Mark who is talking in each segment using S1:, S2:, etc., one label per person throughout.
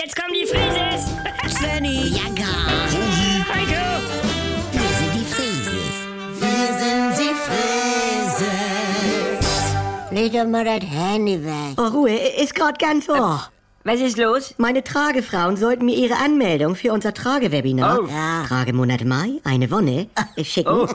S1: Jetzt kommen die Frises!
S2: Svenny,
S3: Ja, gar.
S1: Heiko!
S3: Wir sind die Frieses.
S2: wir sind die Frises.
S3: Leg doch mal das Handy weg.
S2: Oh, Ruhe, ist grad ganz ohr.
S1: Äh, Was ist los?
S2: Meine Tragefrauen sollten mir ihre Anmeldung für unser Tragewebinar,
S1: Oh.
S3: Ja.
S2: Tragemonat Mai, eine Wonne, äh, schicken.
S3: Und Oh,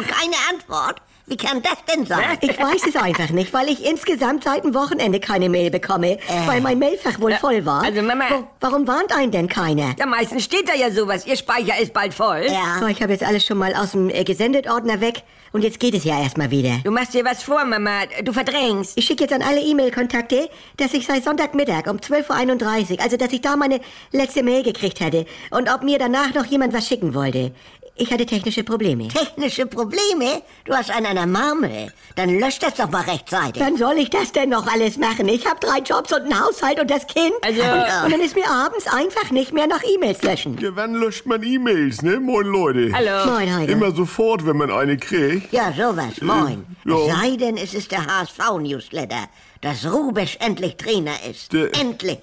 S3: keine Antwort? Wie kann das denn sein?
S2: Ich weiß es einfach nicht, weil ich insgesamt seit dem Wochenende keine Mail bekomme, weil mein Mailfach wohl voll war.
S1: Äh. also Mama-
S2: Wo, warum warnt einen denn keiner?
S1: Ja, meistens steht da ja sowas. Ihr Speicher ist bald voll.
S2: So,
S3: Ja.
S2: ich habe jetzt alles schon mal aus dem äh, Gesendet-Ordner weg und jetzt geht es ja erstmal wieder.
S1: Du machst dir was vor, Mama. Du verdrängst.
S2: Ich schicke jetzt an alle E-Mail-Kontakte, dass ich seit Sonntagmittag um 12.31 Uhr, also dass ich da meine letzte Mail gekriegt hatte und ob mir danach noch jemand was schicken wollte. Ich hatte technische Probleme.
S3: Technische Probleme? Du hast einen an der Marmel. Dann lösch das doch mal rechtzeitig.
S2: Wann soll ich das denn noch alles machen? Ich habe drei Jobs und einen Haushalt und das Kind.
S1: Also-
S2: und dann ist mir abends einfach nicht mehr nach E-Mails löschen.
S4: Ja, wann löscht man E-Mails, ne? Moin Leute.
S1: Hallo.
S2: Moin, Heide.
S4: Immer sofort, wenn man eine kriegt.
S3: Ja, sowas, moin.
S4: Ja.
S3: Es sei denn, es ist der HSV-Newsletter, dass Rubisch endlich Trainer ist.
S4: Der-
S3: endlich.